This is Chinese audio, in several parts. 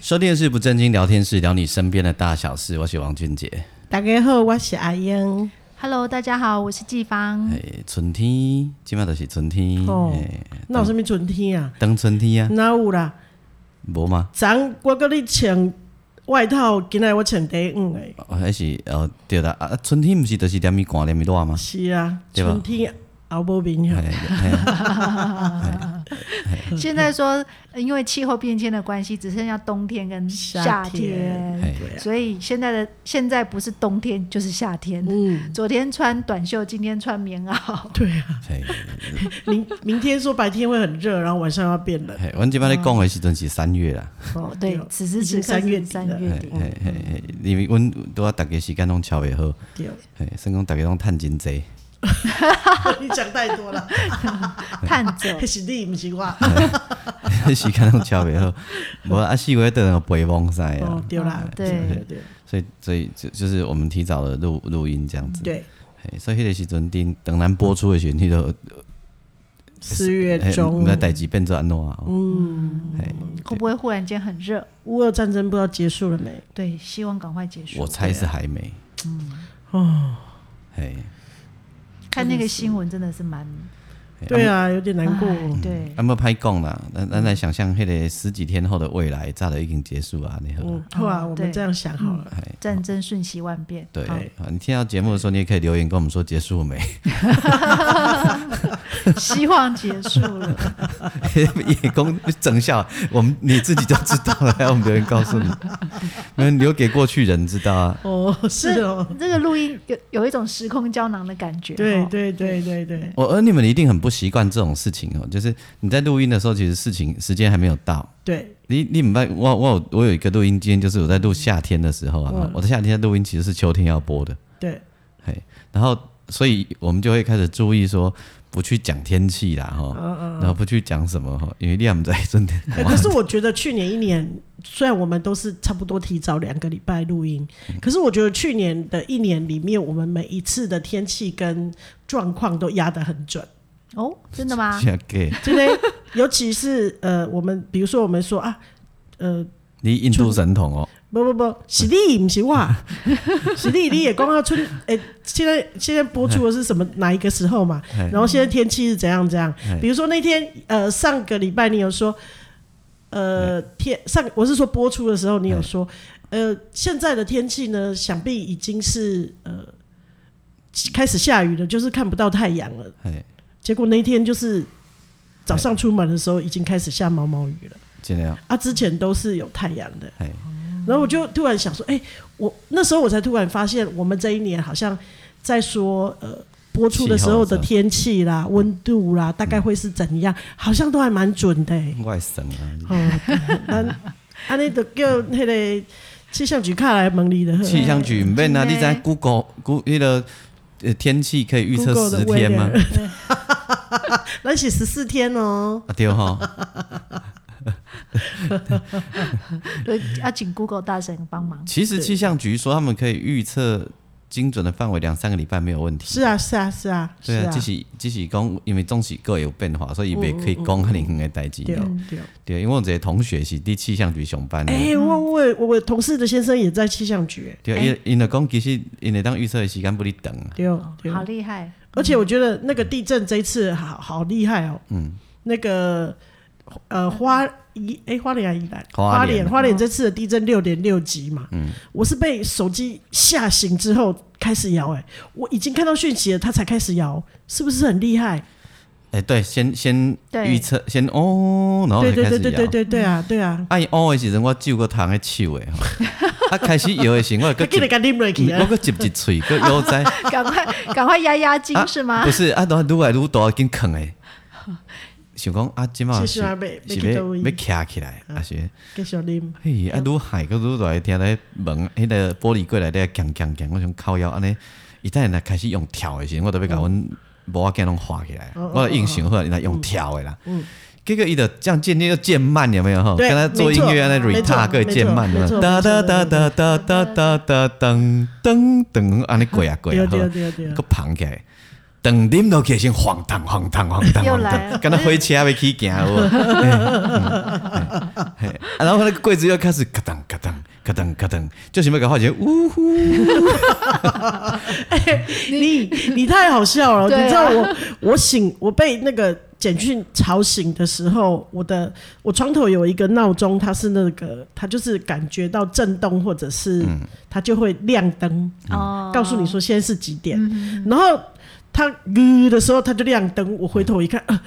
收听的是不正经聊天室，聊你身边的大小事。我是王俊杰。大家好，我是阿英。 Hello，大家好，我是季芳。 哎、春天，今麦就是春天。哦哎那有什么春天啊？当春天啊，哪有啦？无吗？昨我跟你穿外套，今仔我穿短黄的。哦还是哦，对啦，啊，春天不是就是点咪寒点咪热 吗？是啊，对吧春天熬不明哎啊。哎呀现在说，呃因为气候变迁的关系，只剩下冬天跟夏夏天天，哎对啊，所以现在的现在不是冬天就是夏天。嗯，昨天穿短袖，今天穿棉袄。 对啊。哎明明天说白天会很热，然后晚上要变冷。哎，阮即摆咧讲的时阵是三月啦， 哦对，哦此时已经此刻三月是底三了月底。哎哎哎，因为阮拄啊，大家时间拢超袂好，对， 哎，算讲大家拢趁真济， 你讲太多了，探者是你不是我。时间拢超袂好，无啊四月都有陪梦晒啊哦，，对啦嗯，对对对所以所以就就是我们提早的录录音这样子，对，嘿所以迄个时阵，顶等咱播出的时阵，迄个四月中哎那代志变做安怎啊？会不会忽然间很热？乌俄战争不知道结束了没？对，希望赶快结束我。猜是还没，哦，嘿，看那个新闻真的是蛮嘿对，啊，有点难过。哎对，那么拍讲啦，咱咱来想象迄个十几天后的未来，早就已经结束啊，你好嗯吧，，好啊，哦我们对这样想好了。嘿战争瞬息万变。对，好好你听到节目的时候，你也可以留言跟我们说结束了 没，希望结束了。也公整下，我们你自己就知道了，还 要我们留言告诉你，没有你留给过去人知道啊，哦，是哦， 这个录音有有一种时空胶囊的感觉。对哦对对对对，我哦而你们一定很不习惯这种事情哦，就是你在录音的时候，其实事情时间还没有到，对，你你明白？我我有我有一个录音间，就是我在录夏天的时候啊，我的夏天的录音其实是秋天要播的，对，嘿，然后所以我们就会开始注意说不去讲天气啦，哈，然后不去讲什么哈，因为你也不知道真的哎，可是我觉得去年一年，虽然我们都是差不多提早两个礼拜录音，可是我觉得去年的一年里面，我们每一次的天气跟状况都压得很准。 哦，真的吗？下给真的，尤其是呃，我们比如说我们说啊，呃， 你印度神童哦，不不不，是你不是我， 是你你也光要春，哎、现在现在播出的是什么哪一个时候嘛？嘿然后现在天气是怎样怎样哎？比如说那天呃上个礼拜你有说，呃天上我是说播出的时候你有说，呃现在的天气呢，想必已经是呃开始下雨了，就是看不到太阳了。嘿，结果那天就是早上出门的时候已经开始下毛毛雨了。尽量，啊，之前都是有太阳的哎。然后我就突然想说，哎、我那时候我才突然发现，我们这一年好像在说，呃，播出的时候的天气啦、温度啦，嗯大概会是怎样，好像都还蛮准 的、欸。外省啊，哦，安安尼就叫那个气象局看来蒙你的，气象局唔免啊，真的你在 Google Google 那个呃天气可以预测 Google 的十天吗？那是十四天哦、啊对哈，对，要请 Google 大神帮忙。其实气象局说他们可以预测精准的范围两三个礼拜没有问题，是啊，是啊，是啊，是对啊，只是只是讲，因为总是各有变化，所以袂可以讲很远的代志。对嗯对。对，因为我有一个同学是伫气象局上班的，哎、我我我我同事的先生也在气象局、欸，对，因因就讲其实因会当预测的时间不哩长啊，对哦，对哦好厉害！而且我觉得那个地震这一次好好厉害哦，嗯，那个呃花宜哎花莲还是宜兰花莲啊莲花莲这次的地震六点六级嘛，嗯，我是被手机吓醒之后开始摇，哎，我已经看到讯息了，它才开始摇，是不是很厉害？哎、对，先先对预测，先哦，然后对才对开对始对对摇。对对啊对啊，啊，伊哦的时阵，我揪个糖的手的吼，啊，开始摇的时 候，我他个给你个 l i 我个接一喙，个 腰在赶快赶快压压惊 啊是吗 不？是啊，都愈来愈大，紧啃诶。想讲啊，即嘛是是想要要是去要倒位要徛起来，啊是，继续啉。嘿，啊，愈海个愈来听咧门迄个玻璃过来咧，强强强，我想靠腰安尼，伊等若开始用跳的时阵，我都要甲阮某仔囝拢画起来，哦哦嗯我就硬想好，伊若用跳的啦。结果伊就这样渐渐就渐慢，有没有？吼，对跟他做音乐安尼没错 retard 个渐慢，有没没有错哒没错哒没错哒哒哒哒哒哒噔噔噔，安尼过啊过对啊，吼对对对个，捧起来，等啉落去先晃荡晃荡晃荡又晃来荡，了敢若火车要起行有 无？嘿嗯嘿嘿啊然后那个柜子又开始咯噔咯噔咯噔咯噔，就是要搞化解，呜呼！ 你你太好笑了，对啊你知道我我醒我被那个简讯吵醒的时候，我的我床头有一个闹钟，它是那个它就是感觉到震动或者是它就会亮灯，哦，嗯告诉你说现在是几点，然后它咕的时候它就亮灯，我回头一看，啊、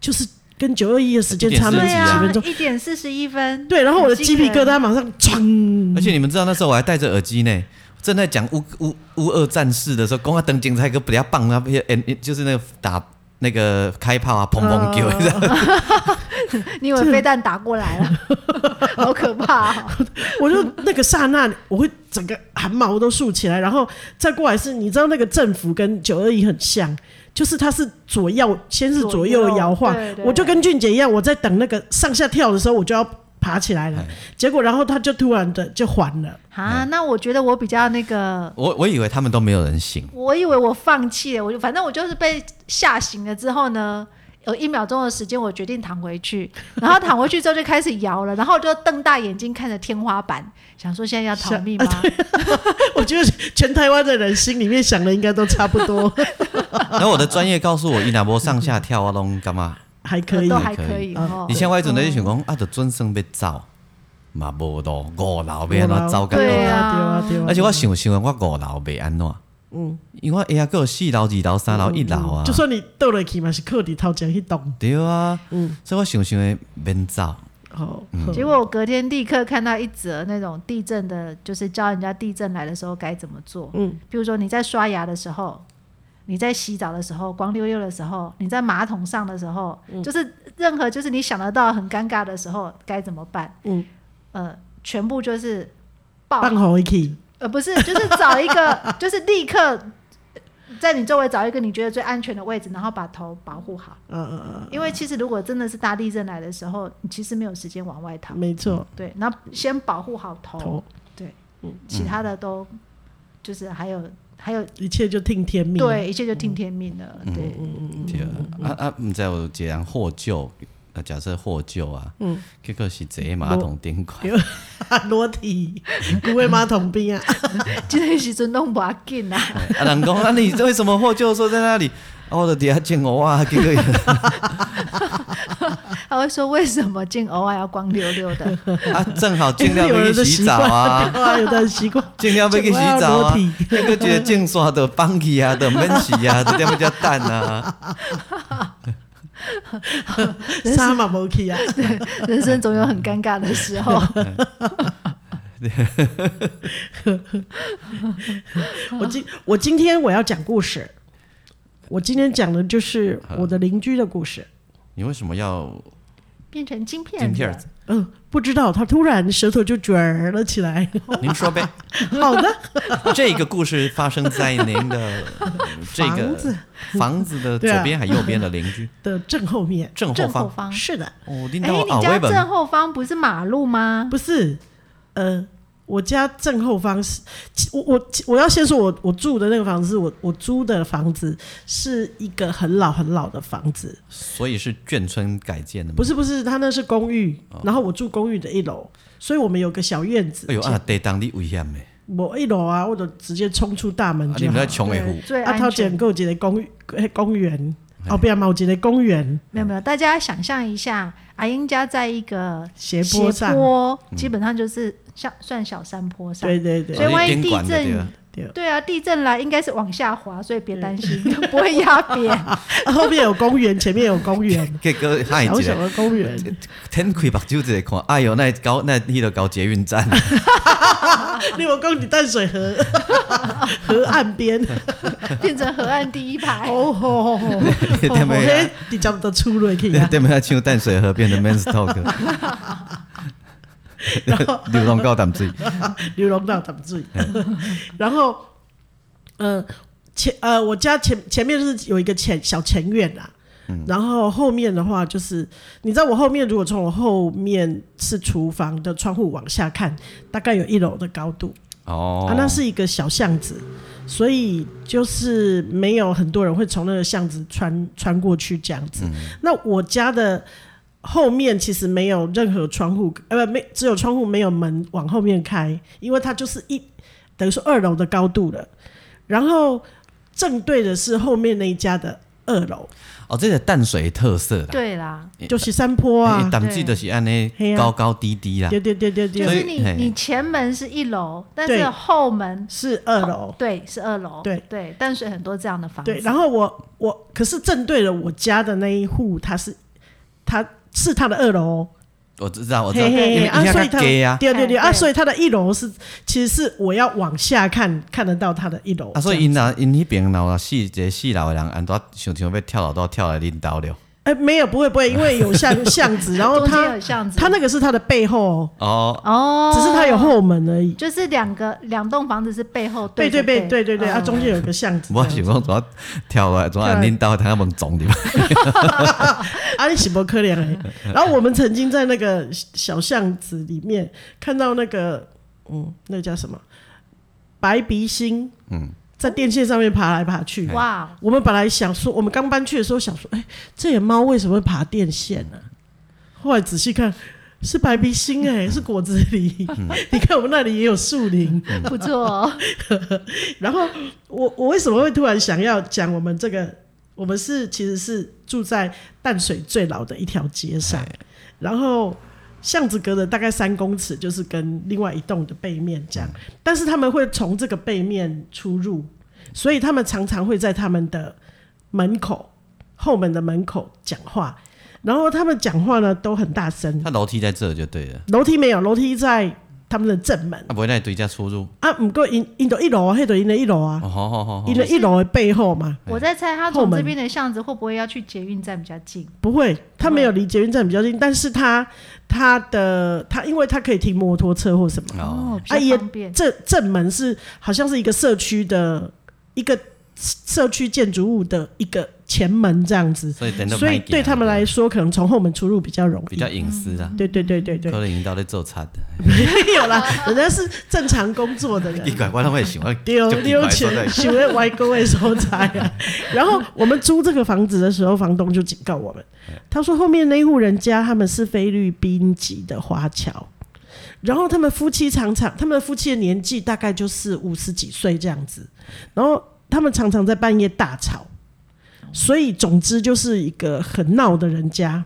就是跟九二一的时间差他没们几对是啊分钟，，一点四十一分，对，然后我的很鸡惊皮人疙瘩马上唰。嗯而且你们知道那时候我还戴着耳机呢，正在讲乌乌乌二战事的时候，讲啊等警察个比较棒啊，那个嗯就是那个打那个开炮啊，砰嗯砰叫， 你知道吗你以为飞弹打过来了， 好可怕哦！ 我就那个刹那，我会整个汗毛都竖起来，然后再过来是，你知道那个振幅跟九二一很像，就是它是左右，先是左右摇晃，左右对对我就跟俊杰一样，我在等那个上下跳的时候，我就要爬起来了，结果然后他就突然的就缓了， 啊，那我觉得我比较那个，我我以为他们都没有人醒，我以为我放弃了，我就反正我就是被吓醒了之后呢。有一秒钟的时间，我决定躺回去， 然后躺回去之后就开始摇了，然后我就瞪大眼睛看着天花板，想说现在要逃命啊吗？我觉得全台湾的人心里面想的应该都差不多， 然后我的专业告诉我，伊那波上下跳啊拢干嘛？还可以都啊。还可以哦你。像我迄阵咧想讲，啊，着准算要走，嘛无路，五楼要安怎走对啊对对甲落？啊啊对啊，而且我想想，我五楼袂安怎？嗯，因为我下个有四楼、二楼、三楼、一楼啊就，算你斗了起嘛，是克里头讲一懂对啊，嗯所以我想想的免走，啊哦，结果我隔天立刻看到一则那种地震的，就是教人家地震来的时候该怎么做。嗯，比如说你在刷牙的时候，你在洗澡的时候，光溜溜的时候，你在马桶上的时候，嗯就是任何就是你想得到很尴尬的时候该怎么办？嗯，呃，全部就是抱，棒好一起，呃，不是，就是找一 个，就是立刻在你周围找一个你觉得最安全的位置，然后把头保护好。嗯嗯因为其实如果真的是大地震来的时候，你其实没有时间往外逃嗯，。没错，对，那先保护好头，头对，其他的都就是还有还有一切就听天命，啊嗯对，一切就听天命了，对，对啊，啊啊，毋知有一个人获救，啊，假设获救啊，嗯结果是坐在马桶 顶管，裸体，不会马桶兵啊！今天时阵弄不要紧啦， 啊，人讲，啊，你为什么获救的时候在那里？啊，我的底下见我啊，结果。他会说为什么进偶尔要光溜溜 的？啊，正好 尽量有要人去的洗习澡惯啊，对啊，有的人习 惯尽量要去洗澡裸啊体。那个觉得净刷的放弃啊，的免洗啊，这点要叫蛋啊。 杀马摩去啊，人生总有很尴尬的时候，我今我今天我要讲故事，我今天讲的就是我的邻居的故事。 你为什么要变成晶片金人片儿子？嗯，不知道他突然舌头就卷儿了起来。您说呗，好的， 这个故事发生在您 的这房个子房子的左边还右边的邻居的正后面，正后啊正后方。方。是的，哦，拎哎，到你奥家威正本，后方不是马路吗？不是，呃，我家正后方是，其我我我要先说我，我住的那个房子，我我租的房子是一个很老很老的房子，所以是眷村改建的吗？不是不是，他那是公寓，然后我住公寓的一楼，所以我们有个小院子。哦哎呦啊，得当地危险的，啊我一楼啊，我就直接冲出大门你就们好。在穷尾对湖，最啊，安头全前。够一个公寓呃公园，哎哦后边嘛有一个公园没有没有，大家想象一下，阿英家在一个斜坡上，坡嗯基本上就是像算小山坡上。对对对所以万一宾地馆的对震吧？，对啊，地震来应该是往下滑，所以别担心，嗯 不会压扁。啊后面有公园， 前面有公园结果害一小个小。的公 园。 天开目睭一个看，哎哟，那高那迄个高捷运站，你我供你淡水河 河岸 边，变成河岸第一排。哦吼吼吼， 对不对嘿，你讲得出来去啊？对不对？像淡水 河变成 men's talk，流 浪到淡水，流浪到他们自己。 然后，呃，前呃，我家前前面就是有一个前小前院啊，然后后面的话就是，你知道我后面如果从我后面是厨房的窗户往下看，大概有一楼的高度、哦，啊，那是一个小巷子。所以就是没有很多人会从那个巷子穿穿过去这样嗯子。那我家的后面其实没有任何窗户，呃，不，没只有窗户没有门往后面开，因为它就是一等于说二楼的高度了。然后正对的是后面那一家的二楼，哦，这个淡水特色啦，对啦，就是山坡哎啊，淡水就是安尼嘿啊高高低低啦，对对对对就对，是所以你嘿你前门是一楼，但对是后门是二楼。对是二楼，对对，淡水很多这样的房子。对，然后我我可是正对了我家的那一户，它是它是它的二楼哦。我知道，我知道，嘿因嘿为嘿，因啊，为所它以它低啊，对对对哎啊，对所以它的一楼是其实是我要往下看看得到它的一楼啊，所以这样因若因迄边若四一个四楼的人，安怎想想要跳楼都跳来恁兜了？哎没有不会不会，因为有 巷巷子，然后中间它有巷子，它那个是它的背后哦，哦，哦，只是它有后门而已。就是两个两栋房子是背后对对对着对对对对，啊，嗯中间有个巷子这我样想子。讲怎么跳来，怎么按恁兜通啊问 总的？啊，你喜不可怜哎。然后我们曾经在那个小巷子里面看到那个，嗯，那叫什么白鼻星，嗯，在电线上面爬来爬去。哇，我们本来想说，我们刚搬去的时候想说，哎、这野猫为什么会爬电线呢、后来仔细看，是白鼻星哎、是果子狸。 你看我们那里也有树林。不错哦，嗯然后我我为什么会突然想要讲我们这个？我们是其实是住在淡水最老的一条街上，然后巷子隔了大概三公尺，就是跟另外一栋的背面这样。但是他们会从这个背面出入，所以他们常常会在他们的门口、后门的门口讲话。然后他们讲话呢都很大声，他楼梯在这就对了，楼梯没有，楼梯在他们的正门啊，不会那对家出入。啊。不过因因都一楼啊，黑都因的一楼啊，哦，好好好好因，为一楼的背后嘛， 我在猜他后从门这边的巷子会不会要去捷运站比较近？不会，他没有离捷运站比较近，但是他他的他，因为他可以停摩托车或什么，哦，哦，啊比较方便。这正门是好像是一个社区的一个社区建筑物的一个前门这样子，所以等到所以对他们来说，可能从后门出入比较容易，比较隐私啊，对对对对对可，能引导在做餐。 没有啦，人家是正常工作的人 一，拐弯他会喜欢丢就丢奇怪钱，喜欢歪各位收财啊。然后我们租这个房子的时候，房东就警告我们，他说后面那一户人家他们是菲律宾籍的华侨，然后他们夫妻常常，他们夫妻的年纪大概就是五十几岁这样子，然后他们常常在半夜大吵，所以总之就是一个很闹的人家。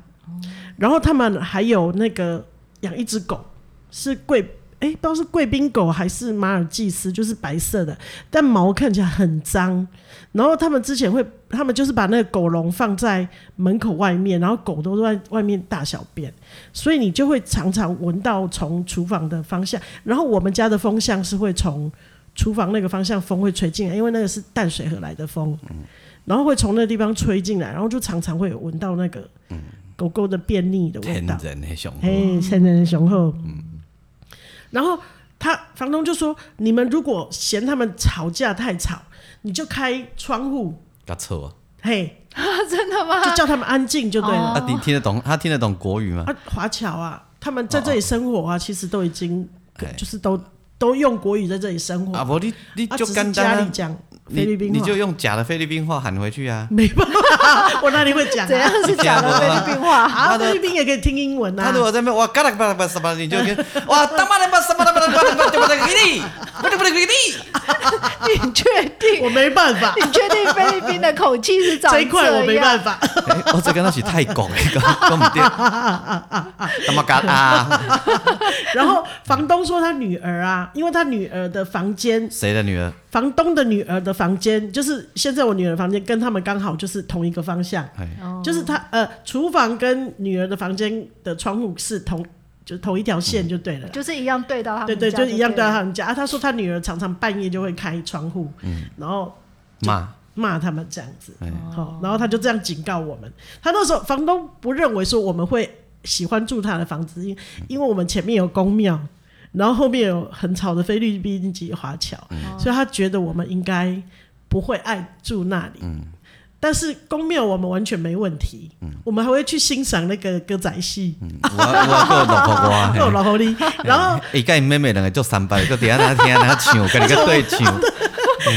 然后他们还有那个养一只狗，是贵哎、不知道是贵宾狗还是马尔济斯，就是白色的，但毛看起来很脏。然后他们之前会，他们就是把那个狗笼放在门口外面，然后狗都在外面大小便，所以你就会常常闻到从厨房的方向。然后我们家的风向是会从厨房那个方向风会吹进来，因为那个是淡水河来的风，然后会从那个地方吹进来，然后就常常会有闻到那个狗狗的便溺的味天道。人的雄厚，嘿，成人雄厚。嗯然后他房东就说：“你们如果嫌他们吵架太吵，你就开窗户，搞错嘿，真的吗？就叫他们安静就对啊！了。啊，你听得懂？他听得懂国语吗？啊，华侨啊，他们在这里生活啊，其实都已经哎就是都都用国语在这里生啊，活，不，你你啊，就只是简家里单啊，讲菲你律宾你就话。”用假的菲律宾话喊回去啊。没办法， 我哪里会讲怎样啊？是假的菲律 宾话？啊，他都菲律宾也可以听英文他啊如。果在那边哇嘎啦巴啦巴什么，你就跟哇他妈的巴什么的巴巴巴巴的给你，不不不给你，你确定我？没办 法，你确定菲律宾的口气是长 这这一块我没样？办法。我这个那是泰国的，讲唔对，他妈嘎啊！然后房东说他女儿啊，因为他女儿的房间谁的女儿？房东的女儿的房间，就是现在我女儿的房间跟他们刚好就是同一个方向，哎，哦就是她呃厨房跟女儿的房间的窗户是同就同一条线就对了啦。就是一样对到他们对对，家就一样对到了他们家啊。他说他女儿常常半夜就会开窗户，然后骂，骂他们这样子。哎，好、然后他就这样警告我们。他那时候房东不认为说我们会喜欢住他的房子，因因为我们前面有公庙，然后后面有很吵的菲律宾籍华侨，所以他觉得我们应该不会爱住那里。但是公庙我们完全没问题，我们还会去欣赏那个歌仔戏，我我个老婆 哦、我嘿，老狐狸，然后伊甲伊妹妹两个做三百，个底下他听他唱，跟你个对唱，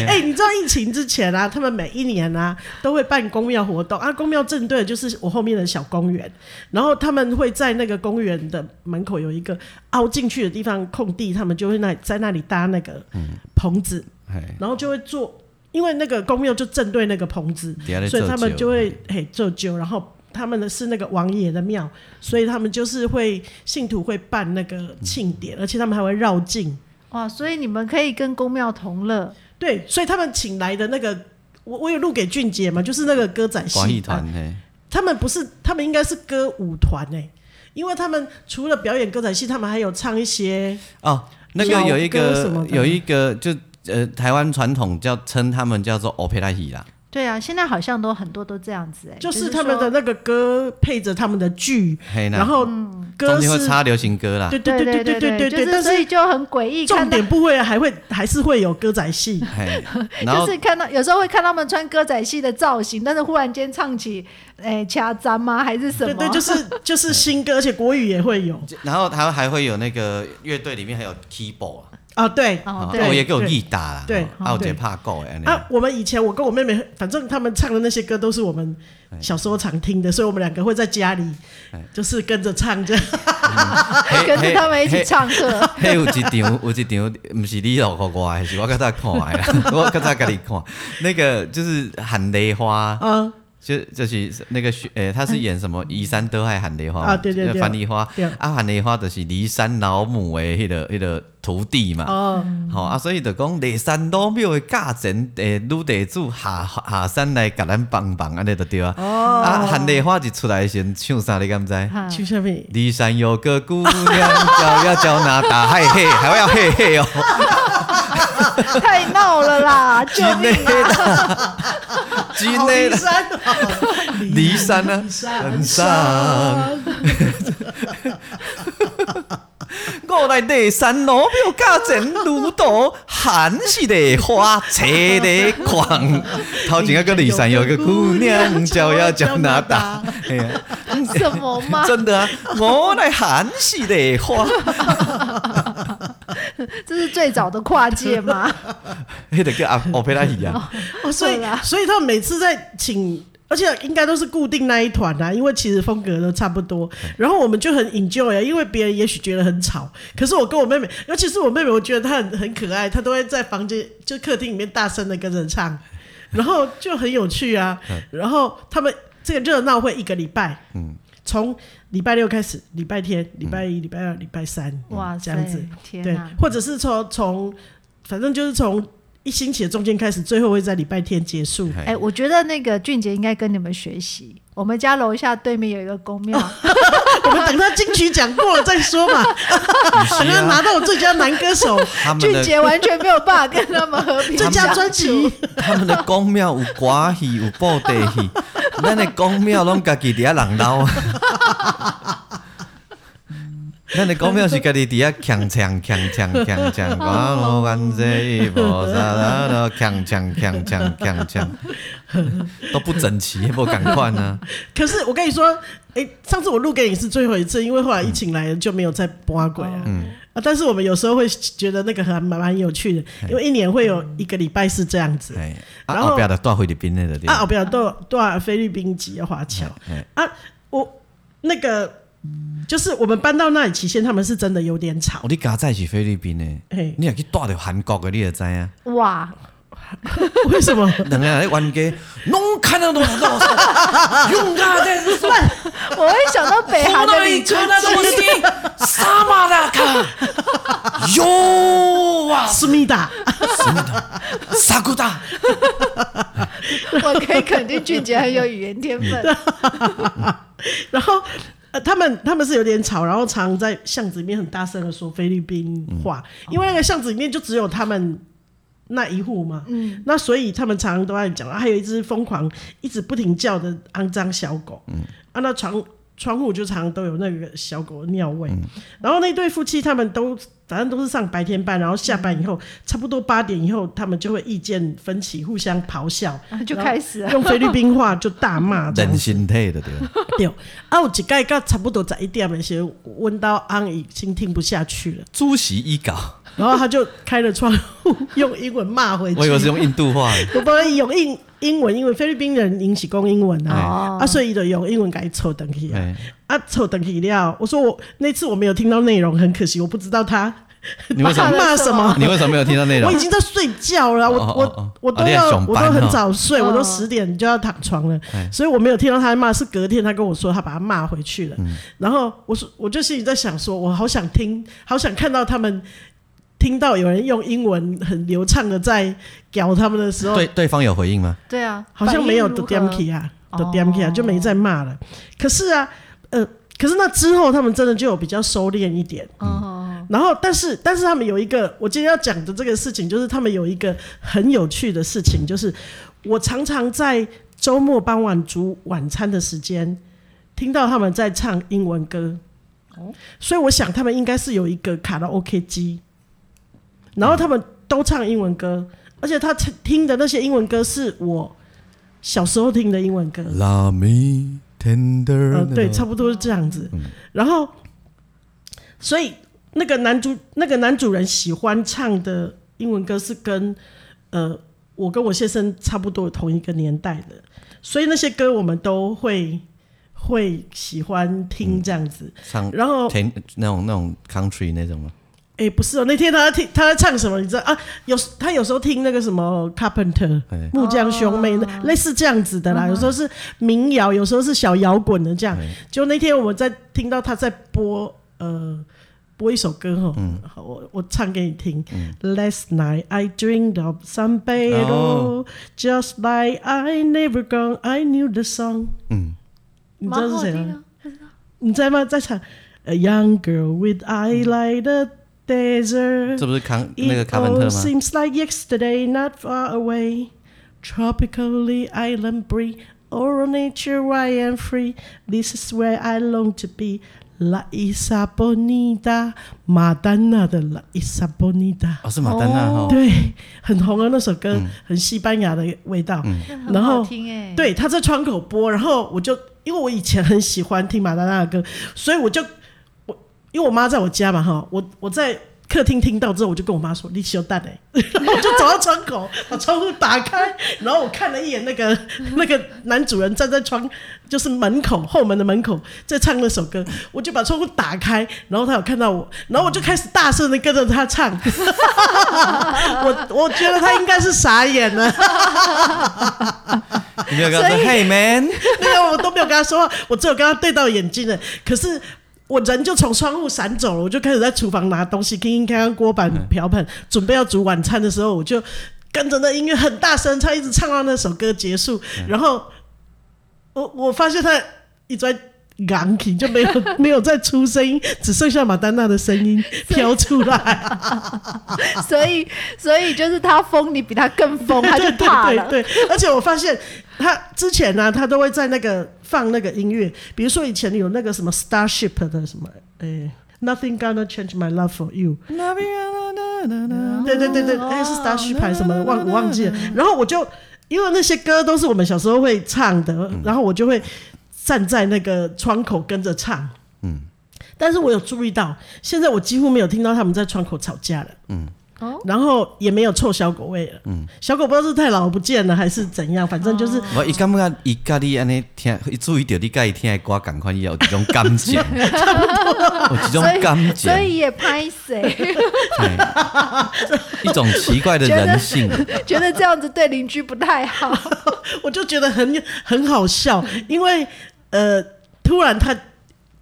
哎、你知道疫情之前啊，他们每一年啊都会办公庙活动啊，公庙正对的就是我后面的小公园，然后他们会在那个公园的门口有一个凹进去的地方空地，他们就会那在那里搭那个嗯棚子，嘿，然后就会做，因为那个公庙就正对那个棚子，底下咧所做以他们酒就会嘿做酒，然后他们的是那个王爷的庙，所以他们就是会信徒会办那个庆典，而且他们还会绕境。哇，所以你们可以跟公庙同乐，对，所以他们请来的那个，我我有录给俊杰嘛，就是那个歌仔关戏啊艺团嘿，他们不是，他们应该是歌舞团哎、因为他们除了表演歌仔戏，他们还有唱一些哦，那个有一小歌什么个的有一个就呃台湾传统叫称他们叫做 opera 戏啦，对啊，现在好像都很多都这样子哎、就是是他们的说那个歌配着他们的剧，嘿然啦，后歌中间会是，插流行歌啦，对对对对对嗯对对对，对就是但所以是就很诡异，看重到点部位还会还是会有歌仔戏，嘿， 然后就是看到有时候会看他们穿歌仔戏的造型，但是忽然间唱起哎掐簪吗还是什么？对对，就是 就是新歌，而且国语也会有然后他还会有那个乐队里面还有 keyboard 啊啊，对。哦哦，对我也给我对一打啦，对哦啊，我对姐怕够哎，这样啊，我们以前我跟我妹妹，反正他们唱的那些歌都是我们小时候常听的，所以我们两个会在家里就是跟着唱这样。跟着他们一起。唱歌。 嘿，嘿有一场，有一场，不是你老看我的，是我刚才看的啦， 我刚才给你看，那个就是喊雷花，嗯，就就是那个学，诶、他是演什么移山德海喊梨花啊对对对那个樊梨花对啊，喊梨花就是骊山老母的迄、个迄、个徒弟嘛，吼、哦，啊，所以就讲骊山老母的价钱，诶、女地主下下山来甲咱帮忙，安尼就对啊。哦、啊，喊梨花一出来的时阵唱啥你敢知？哈去下面骊山有个姑娘，脚要脚那打嘿嘿，还要嘿嘿哦，太闹了 啦！救命啊！真 好的离啦，山哦， 骊山啊，山很上。我来第三路庙价钱如图，寒是的花，车的狂。头前那个骊山有个姑娘，叫要叫那 达。哎呀什么嘛？真的啊，我来寒是的花，这是最早的跨界 嘛？那个叫阿啊欧佩拉一 样。哦，所以对啦所以他们每次在请，而且应该都是固定那一团啦、因为其实风格都差不多。然后我们就很 enjoy 啊，因为别人也许觉得很吵，可是我跟我妹妹，尤其是我妹妹，我觉得她很很可爱，她都会在房间就客厅里面大声的跟着唱，然后就很有趣啊。然后他们这个热闹会一个礼拜，嗯，从礼拜六开始，礼拜天、礼拜一、礼拜二、礼拜三，哇塞这样子，天对哪！，或者是从从，反正就是从一星期的中间开始，最后会在礼拜天结束。哎，我觉得那个俊杰应该跟你们学习。我们家楼下对面有一个公庙，我们等他金曲奖过了再说 啊嘛，是等 他拿啊，到最佳男歌手、他们俊的杰完全没有办法跟他们 和平最佳相专处辑。，他们的公庙有歌戏，有布袋戏，咱的公庙拢家己伫遐人捞 啊。咱的公庙是家己伫遐强强强强强强，我无愿这无啥啦啦，强强强强强强，都不整齐，无共款啊。可是我跟你说，哎、上次我录给你是最后一次，因为后来疫情来了就没有再播鬼啊。哦啊，但是我们有时候会觉得那个还蛮蛮有趣的，哎因为一年会有一个礼拜是这样子。哎，然啊后后壁就带回去边那个地啊，我方，不要多多少菲律宾籍的华侨嘿啊，我那个就是我们搬到那里期间，他们是真的有点吵 哦，，你家在是菲律宾的，嘿，你若去带着韩国的，你就知啊。哇，为什么？两个人在冤 家，拢看得懂，用啊，这是什么？我会想到北韩的李春基，西，萨马拉卡， 哟哇，思密达，萨古达，我可以肯定俊杰很有语言天分。然后呃，他们他们是有点吵，然后常在巷子里面很大声的说菲律宾话，因为那个巷子里面就只有他们那一户嘛，嗯，那所以他们常常都在讲，啊还有一只疯狂一直不停叫的肮脏小狗，嗯，啊，那床窗户就常常都有那个小狗的尿味，然后那对夫妻他们都反正都是上白天班，然后下班以后、差不多八点以后，他们就会意见分歧，互相咆哮， 啊就开始了。用菲律宾话就大骂这样人心体的对了。 对，啊，有一届到差不多十一点的时候，温到安已经听不下去了，主席一搞，然后他就开了窗户，用英文骂回去。我以为是用印度话的。我帮用英英文，因为菲律宾人引起讲英文啊，哦啊，所以就用英文给他凑等去啊，哎，啊，凑等去了。我说我那次我没有听到内容，很可惜，我不知道他你为什 他么？骂什么。你为什么没有听到内我容已？经在睡觉了，我哦哦哦我哦我都啊你要在上我班都很哦早睡，我都哦十点就要躺床了哎，所以我没有听到他骂，是隔天他跟我说他把他骂回去了。嗯然后我说我就心里在想说，我好想听，好想看到他们听到有人用英文很流畅的在屌他们的时候，对，对方有回应吗？对啊，好像没有反应如的何 d a m k i 啊哦的 d a m k i 啊就没再骂了。可是啊，呃，可是那之后他们真的就有比较收敛一点。哦，然后，但是，但是他们有一个，我今天要讲的这个事情，就是他们有一个很有趣的事情，就是我常常在周末傍晚煮晚餐的时间，听到他们在唱英文歌，所以我想他们应该是有一个卡拉 OK 机，然后他们都唱英文歌，而且他听的那些英文歌是我小时候听的英文歌， Love me tender，呃，对，那种嗯差不多是这样子。然后，所以那个男主那个男主人喜欢唱的英文歌是跟呃我跟我先生差不多同一个年代的，所以那些歌我们都会会喜欢听这样子。唱然后，甜那种那种 country 那种吗？哎，不是哦，那天他在听他在唱什么，你知道啊？有时他有时候听那个什么 Carpenter 哎木匠兄哦妹，那类似这样子的啦。嗯有时候是民谣，有时候是小摇滚的这样。哎就那天我们在听到他在播呃播一首歌哈，嗯好我我唱给你听。Last night I dreamed of some battle, 哦 just like I never gone. I knew the song。嗯，你知道蛮是好谁听吗？啊你在吗？在唱 A young girl with eye like the desert。嗯这不是康那个 It 卡文 all 特吗？ seems like yesterday, not far away. Tropically island breeze, all nature I am free. This is where I long to be. La Isa Bonita，马丹娜的 La Isa Bonita。哦，是马丹娜哈。 对，很红的那首歌，很西班牙的味道。然很好后听哎，对，他在窗口播，然后我就因为我以前很喜欢听马丹娜的歌，所以我就我因为我妈在我家嘛哈，我我在客厅听到之后，我就跟我妈说：“你休蛋哎！”然 后我就走到窗口，把窗户打开，然后我看了一眼那个那个男主人站在窗就是门口后门的门口在唱那首歌，我就把窗户打开，然后他有看到我，然后我就开始大声的跟着他唱， 我我觉得他应该是傻眼了。你没有跟他说 Hey man， 对啊，我都没有跟他说话，我只有跟他对到眼睛了。可是我人就从窗户闪走了，我就开始在厨房拿东西，听听看看锅碗瓢盆，准备要煮晚餐的时候，我就跟着那音乐很大声唱，一直唱到那首歌结束。然后我我发现他一直在。昂起就没有 没有再出声音，只剩下马丹娜的声音飘出来。所以所以就是他疯，你比他更 疯，他就对对怕对了。对，而且我发现他之前呢、他都会在那个放那个音乐，比如说以前有那个什么 Starship 的什么，诶、n o t h i n g gonna change my love for you，对对对对，哎、是 Starship 还是什么，忘我忘记了。然后我就因为那些歌都是我们小时候会唱的，然后我就会站在那个窗口跟着唱，嗯嗯。但是我有注意到，现在我几乎没有听到他们在窗口吵架了。哦，然后也没有臭小狗味了。嗯，小狗不知道是太老不见了还是怎样，反正就是、我伊感觉伊家己安尼听，伊注意到你家己听的歌，感款伊有一种感情，有一种所以感情所，以也拍谁， 嘿一种奇怪的觉得人性。觉得这样子对邻居不太好。我就觉得很很好笑，因为呃，突然他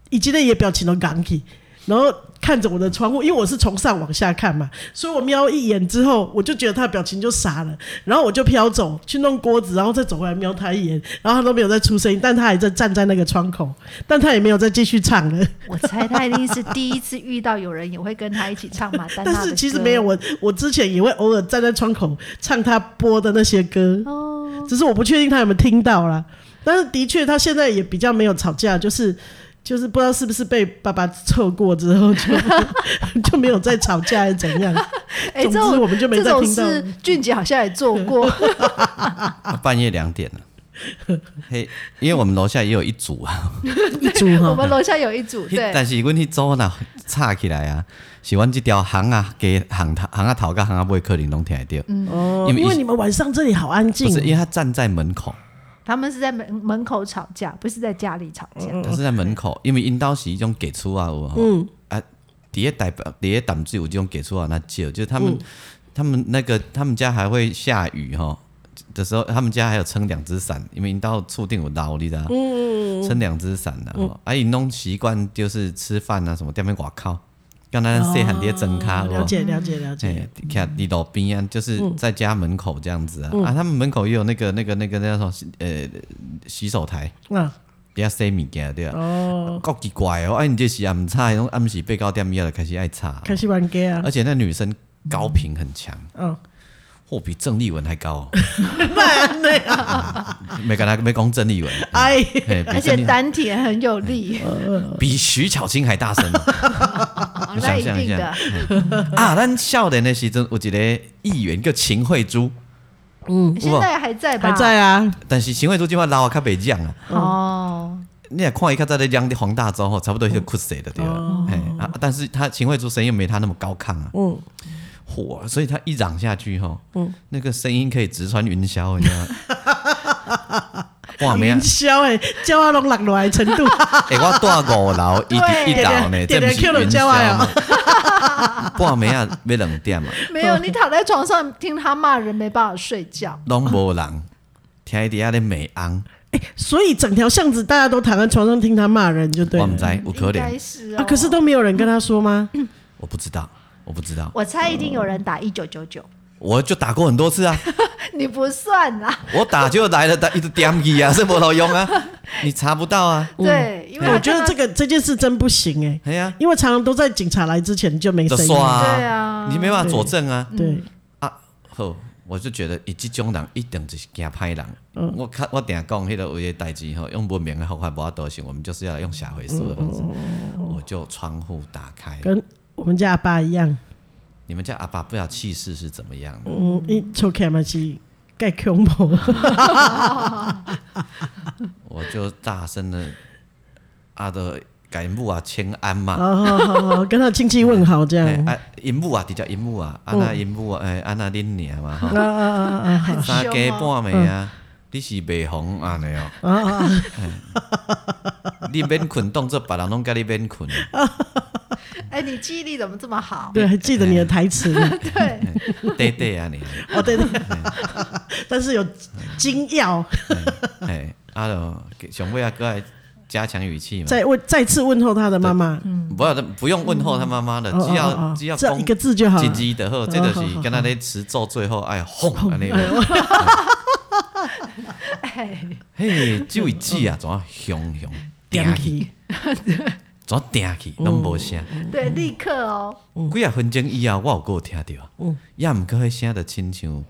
以及那些表情都刚起，然后看着我的窗户，因为我是从上往下看嘛，所以我瞄一眼之后，我就觉得他的表情就傻了，然后我就飘走去弄锅子，然后再走回来瞄他一眼，然后他都没有再出声音，但他还在站在那个窗口，但他也没有再继续唱了。 我猜他一定是第一次遇到有人也会跟他一起唱马丹 娜但的歌。是其实没有，我我之前也会偶尔站在窗口唱他播的那些歌，哦，只是我不确定他有没有听到啦。但是的确，他现在也比较没有吵架，就是就是不知道是不是被爸爸凑过之后 就就没有再吵架，还是怎 样？哎、总这之种我们就没这再种听到。事，俊杰好像也做 过。啊半夜两点了。嘿，因为我们楼下也有一组啊，一组我哈，们楼下有一组，对， 但是阮迄组呐吵起来啊，是阮即条巷啊，街巷头巷啊头甲巷啊尾可能拢听得到，哦，因为因为一你们晚上这里好安不静哦是因为他站在门口，他们是在门门口吵架，不是在家里吵架。嗯他是在门口，因为因兜是一种给出啊，有嗯啊，底下台北底下淡水有这种给出啊，那就就是他们、嗯他们那个他们家还会下雨吼的时候，他们家还有撑两只伞，因为因兜厝顶有老你知道，嗯，撑两只伞的，嗯吼啊，因拢习惯就是吃饭啊什么，踮边外口，刚才细汉伫睁卡，哦有了无解了解了解。嗯哎，看地道边啊，就是在家门口这样子啊，啊，他们门口也有那个那个那个那种呃洗手台，啊，底下洗物件对啊，哦，够奇怪哦，哎，你这是暗差，拢暗时八九点以后就开始爱差，开始玩 gay 啊， 而且那女生高频很强，嗯，嚯，比郑丽文还高，哦那 那样， 没跟他没讲郑丽文， 哎，嘿比而郑且丽丹铁很有力， 比徐巧芯还大声嗯哦啊你那想一象一定下的。 啊！咱少年的时阵有一个议员叫秦惠珠，现在还在吧？还在嗯啊，但是秦惠珠即款老啊较袂讲啊。哦，你也看伊较早咧讲黄大洲吼，差不多迄个酷死的对了，哎、啊，但是他秦惠珠声音没他那么高亢啊，嗯，火，所以他一嚷下去吼，那个声音可以直穿云霄，你知道吗？ 哇，没啊云！霄哎，叫阿龙落落来的程 度，哎、我住五楼一对一楼呢，这点不点是 Q 云龙霄叫啊吗？半暝啊，要两点嘛，没有，你躺在床上听他骂人，没办法睡觉。拢无人，听伊底下咧美昂，所以整条巷子大家都躺在床上听他骂人，就对我了唔。知有可应能该，是啊，哦。可是都没有人跟他说吗？我不知道，我不知道，我猜一定有人打一九九九，我就打过很多次啊。嗯你不算啦。我打就来了，打一直点去啊，是无路 用啊，你查不到啊，对，因为我他觉得看这到个这件事真不行哎、哎呀、因为常常都在警察来之前就没就声音。刷啊，对啊嗯你没办法佐证啊，对，好，我就觉得伊即种人一定就是惊歹人。嗯我看我顶讲迄个有些代志吼，用文明的方法无法度行，我们就是要用社会思维的方式。我就窗户打开，哦跟我们家阿爸一样，你们家阿爸不知道气势是怎么样的，嗯，一抽开嘛是盖恐 怖，我就大声的阿的甲因母啊请安嘛。好哦好好好，跟他亲戚问好这哎样。啊，因母啊，直接因母啊，啊那嗯因母啊，哎，啊那恁娘 嘛吼。啊啊啊啊啊！ 三凶更哦。半暝嗯啊，你是袂红安尼哦。啊哎 你免困，当做别人拢甲你免困。啊哎，你记忆力怎么这么好？对，还记得你的台词， 对，嗯短短啊安尼，哦对对，但是有哦金钥哎，啊就上尾啊，搁来加强语气嘛。嗯再问再次问候他的妈妈，不要不用问候他妈妈的，哦只哦哦要哦只要这样讲一个字就好哦几了。句就好，这就是跟他咧持咒最后哎轰安尼。哎，嘿，这位姊啊，怎啊凶凶 点定起去，，怎啊定去，拢无声。对，立刻哦。嗯几啊分钟以后，我有够听到，也毋过迄声就亲像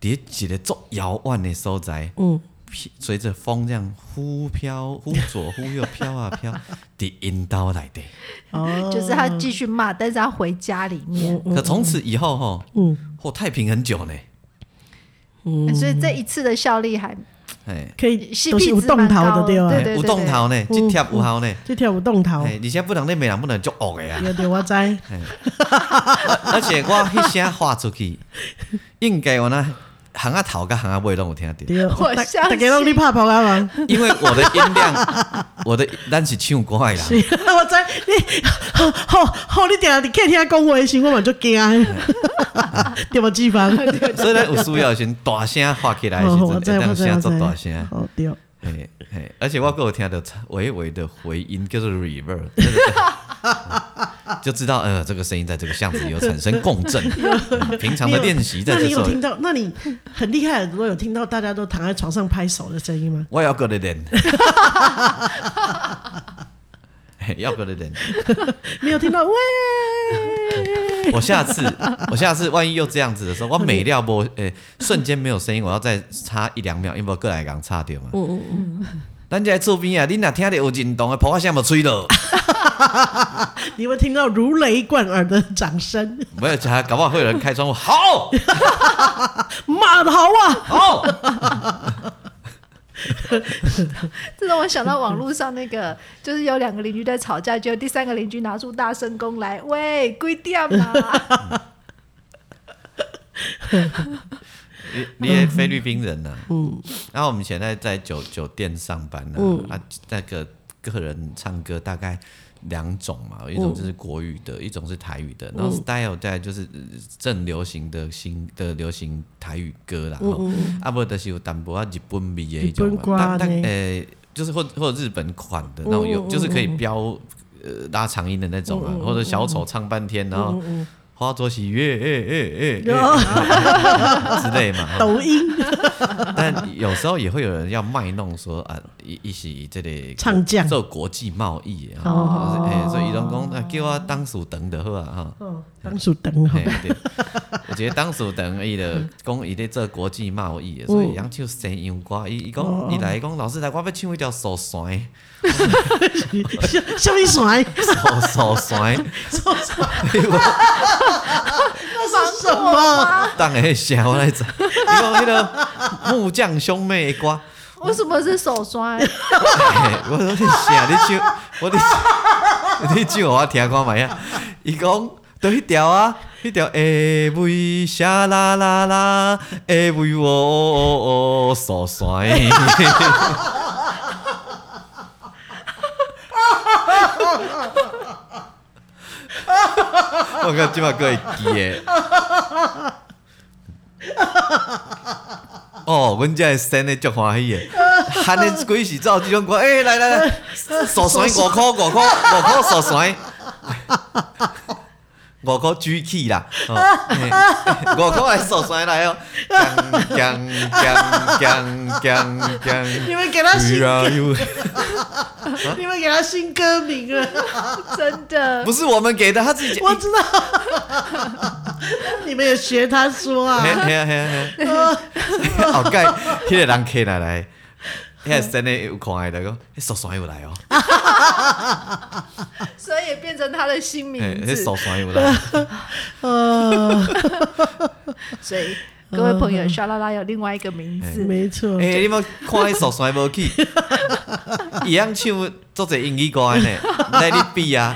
伫一个足遥远的所在，嗯飘随着风这样忽飘忽左忽右飘啊飘， 伫阴道内底。哦，就是他继续骂，但是他回家里面，可从此以后吼，嗯嚯、太平很久呢，嗯所以这一次的效力还哎，可以是都是有动桃的对吧对？有动头呢，对一贴有效呢，这条有动桃，哎，而且不能咧，美人不能足恶的啊。对对，我 知。 而且我迄声发出去，应该我那行啊头甲行啊尾拢有听到。对，我大相信大家拢你拍跑啊嘛。 因为我的音量， 我的咱是唱歌的啦，是， 我知你， 好，好，好你定下伫客厅讲话的时候，我嘛就惊的， 对无脂 肪，所以咱有需要的时候大声发起来啊的时 哦我候，知我当知我声知做大声，哦对，嘿 嘿，而且我还有听到微微的回音，叫做 reverb，那个就知道呃这个声音在这个巷子有产生共振。嗯平常你 的有练习在那这你时有候，听到？那你很厉害的耳朵有听到大家都躺在床上拍手的声音吗？我也要个的练， 嘿要个的练。你有听到？喂， 我下次，我下次万一又这样子的时候，我每料播，诶、瞬间没有声音，我要再差一两秒，因为我过来刚差掉嘛。嗯嗯嗯。咱家厝边啊，你若听到有震动的，破我声无吹了，你会听到如雷贯耳的掌声，没有， 还搞不好会有人开窗户，好骂的好啊！好， 这让我想到网络上那个，就是有两个邻居在吵架，结果第三个邻居拿出大声公来，喂，啊归掉嘛！ 你你也菲律宾人呐、啊，嗯，然后我们以前在在酒酒店上班呢、啊，嗯那个个人唱歌大概两种嘛，嗯有一种就是国语的，一种是台语的，然后 style 在就是呃正流行的新的流行台语歌啦，吼啊不就是有淡薄啊日本味的一种嗯日本嘛歌，啊嗯但但呢诶就是或或者日本款的那种，有就是可以飙呃拉长音的那种嗯啊，或者小丑唱半天，然后花朵喜悦诶诶诶哦诶 之类嘛，吼抖音 但有时候也会有人要卖弄说啊，一一起这里唱将做国际贸易啊，哦就是哎，所以伊拢讲啊，叫我当属等的好啊哦，当属等 好，，哈哎对，我觉得当属等伊的讲伊在做国际贸哦易的，所以人唱西洋歌，伊伊讲伊来讲老师来，我要唱一条 手酸笑笑一 甩，手手酸，笑一甩你 有那是什么？当然想我来着，伊讲那个木匠兄妹的歌。为什么是手 酸？嘿我说你啥？你唱，我你你唱给我听看卖啊！伊讲对迄条啊，迄条诶为啥啦啦啦，诶为我哦哦哦所酸。我靠，即马个会记诶。 哦，阮遮生的足欢喜诶，喊的几时走即种歌，诶、来来来，手酸五箍五箍五箍手酸，五箍举起啦，哦嘿五箍来手酸来哦，锵锵锵锵锵你们给他新，锵，你们给他新歌名啊了，真的不是我们给的，他自己 讲。我知道。你们也学他说啊嘿？嘿嘿嘿， 后盖迄个人客来来，迄个真诶有看的个，迄手酸有来哦，啊所以也变成他的新嘿名迄字。哎手酸有来，呃，所以各位朋嗯友，沙拉拉有另外一个名字，哎没 错，诶，你要看迄手酸无去，伊样唱做者英语歌的呢，Let it be 啊，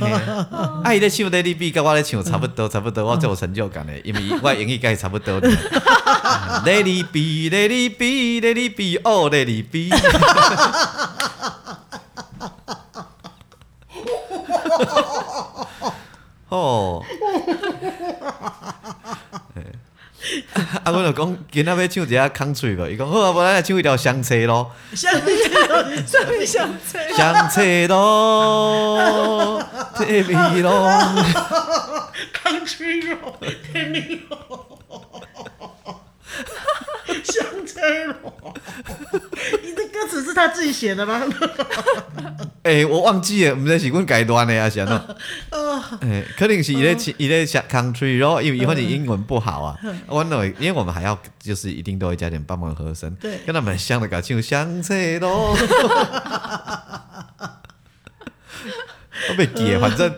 嘿啊啊伊咧唱 Let it be，甲我咧唱差不多差不多，我最有成就感的，因为我的英语甲伊差不多呢 嗯 Let it be，Let it be，Let it be，哦，Let it be。哦，啊，阮就讲今仔要唱一下 country 无，伊讲好啊，无咱来唱一条相车咯，像你这种，想吹相车咯，这味咯，康吹肉，甜蜜肉， 香菜肉。 你的歌词是他自己写的吗？ 诶、哎我忘记了，毋知是阮家乱的啊，是安怎？诶、呃可能是伊咧唱伊咧写 country 咯，因为伊反正英文不好啊，啊阮就会，因为我们还要就是一定都会加点帮忙和声，对跟他们像的搞唱相车 咯。我被记了，反正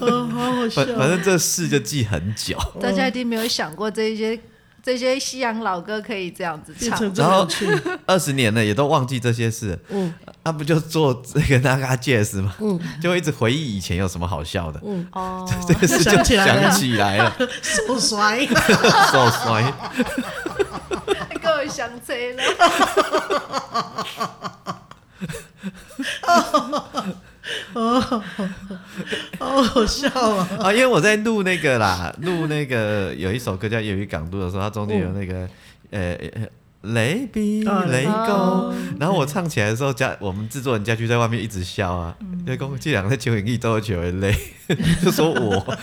哦，好好笑反。反正这事就记很久，大家一定没有想过这一些这些西洋老歌可以这样子变唱，成这 然后种去，二十年了也都忘记这些事，嗯，那、不就做这个那个 jazz 吗？嗯，就一直回忆以前有什么好笑的，嗯，哦， 这个事就想起来了想起来了， 手甩， 手酸。太给我想吹了。哦好好笑啊！ 啊，因为我在录那个啦，录那个有一首歌叫《粤语港都》的时候，它中间有那个、呃呃雷比啊雷哦公，然后我唱起来的时候，家我们制作人家居在外面一直笑啊，就讲这两个蚯蚓一周的球雷， 就说我，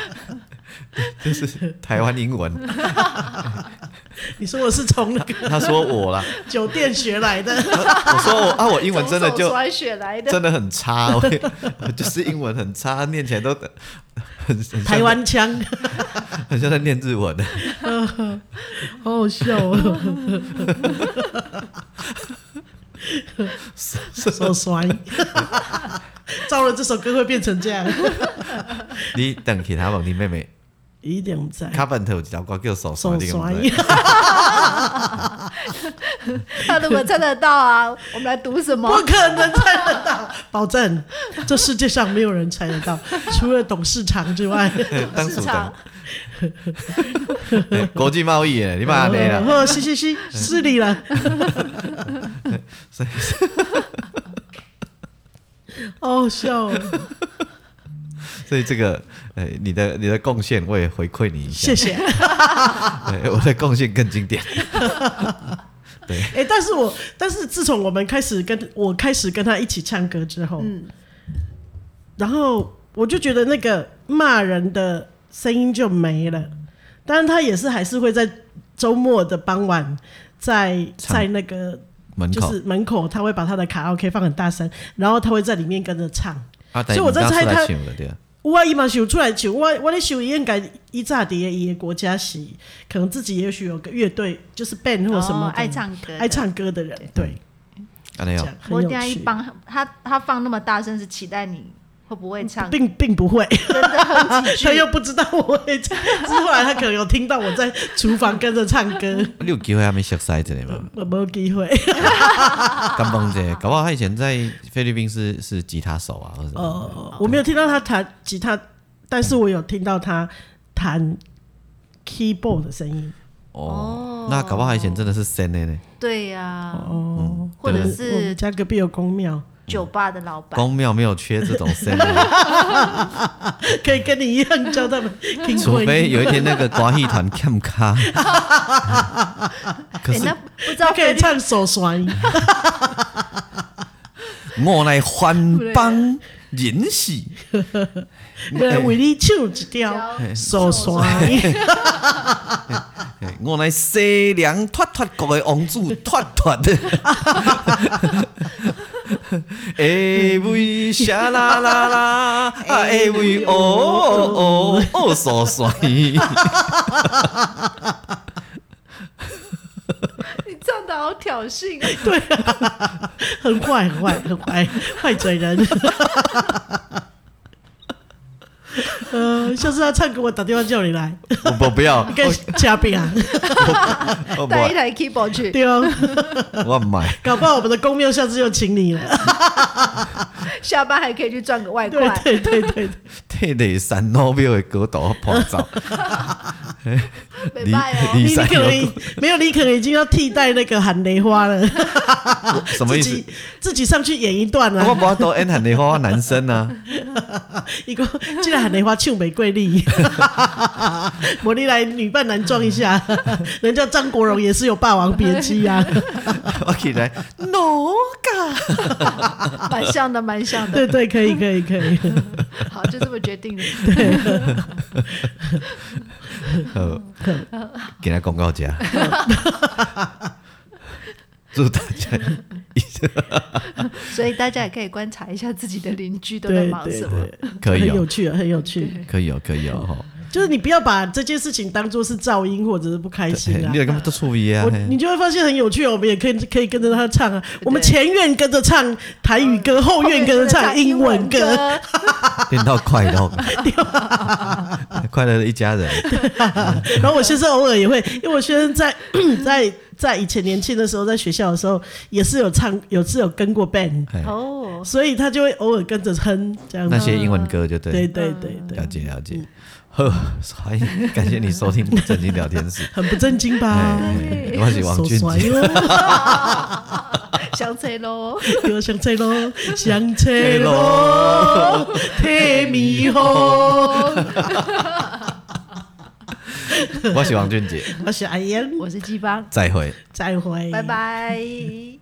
就是台湾英文，你说我是从那个他说我啦，酒店学来 的，我说我啊，我英文真的从手就甩雪来的，真的很差， 我也我就是英文很差，念起来都很很像台湾腔，很像在念日文的，好好 笑哦，手酸。糟了，这首歌会变成这样，你等其他问你 妹妹，一点不在。卡本特有一条歌叫手刷，手你敢不酸知， 他如果唱得到啊， 我们来读什 不么？可能猜得到，保证 这世界上没有人猜得到，除了董事长之 外。当市属场长，欸国际贸易耶，你把 那啦，哦，是是是，是你 了。 好笑哦，所以这个呃，你的你的贡献我也回馈你一下谢， 谢。对我的贡献更 经典，哎、但是我但是自从我们开始跟我开始跟他一起唱歌之后，嗯，然后我就觉得那个骂人的声音就没了。当然，他也是还是会在周末的傍晚在唱在那个门就口是门口，他会把他的卡拉 OK 放很大声，然后他会在里面跟着唱。啊，所以我在猜他他了对啊，我伊嘛想出来唱，我我咧想伊应该伊早伫个伊的国家是，可能自己也许有个乐队，就是 band 或什么、哦爱唱歌的，爱唱歌的人，对，安尼这哦样，我很一有定要一趣。帮他，他放那么大声是期待你会不会唱，并并不 会，真的哼几他句。又不知道我会 唱，之后来他可能有听到我在厨房跟着唱歌，你有机会还没熟悉一下吗？我没有机会。啊干蹦姐，搞不好他以前在菲律宾是是吉他手啊，或者什么哦，我没有听到他弹吉他，但是我有听到他弹 keyboard 的声音。哦，那搞不好他以前真的是神的呢，对呀、哦，或者我我们是家隔壁有公庙， 酒吧的老哦板，公庙没有缺这种神，可以跟你一样教 他们听除会非有一天那个瓜戏团 cam 卡，可哎、是那不 知他道可菲以律唱手 酸。我来翻帮人死，呃，为你唱一条哎手酸，嘿我来西凉脱脱国的王子脱脱的，哎喂沙啦啦啦，啊哎喂哦哦哦哦所帅。你唱的好挑衅、啊，很坏，很坏，很坏，坏嘴人。 呃，下次他唱歌，我打电话叫你来，我不不要，跟嘉宾啊，哦我不带一台 keyboard 去，对哦，我不买，搞不好我们的公庙下次又请你了，下班还可以去赚个外对快。对对对，替你三老表的歌都拍照，没你拜哦，你 你你三可老能已没有，你可能已经要替代那个喊雷花 了，什么意自思哦己？自己上去演一段我啊，不要都演喊你花男生啊，一个既然喊雷花唱玫瑰 丽，魔力来女扮男装一下，人家张国荣也是有《霸王别姬》啊。我起来 no 噶，蛮像的，蛮像的。对对，可以可以可以，好，就这么决定了。给他广告价，祝大家所以大家也可以观察一下自己的邻居都在对忙对什么。对，可很以有哦，趣啊，很有趣。可以哦，可以哦，吼就是你不要把这件事情当做是噪音或者是不开心嘿啊你。有干嘛都出意啊我？嘿你就会发现很有趣哦，我们也可以可以跟着他唱啊。我们对前院跟着唱台语歌，后院跟着唱英文歌，，练到 快乐，快乐的一家人，然后我先生偶尔也会，因为我先生在 在在以前年轻的时候，在学校的时候也是有唱，有是有跟过 band，嘿哦，所以他就会偶尔跟着哼这样那子。些英文歌就对对，对对对，嗯了解了解。呵，所以感谢你收听不正经聊 天室。很不正经吧？哦哎我 是王啊手俊酸杰，哟 想吹喽，就像吹咯，像吹哦咯，甜蜜吼。我是王俊杰， 我是阿燕，我是季芳，啊再会。再会，拜。拜。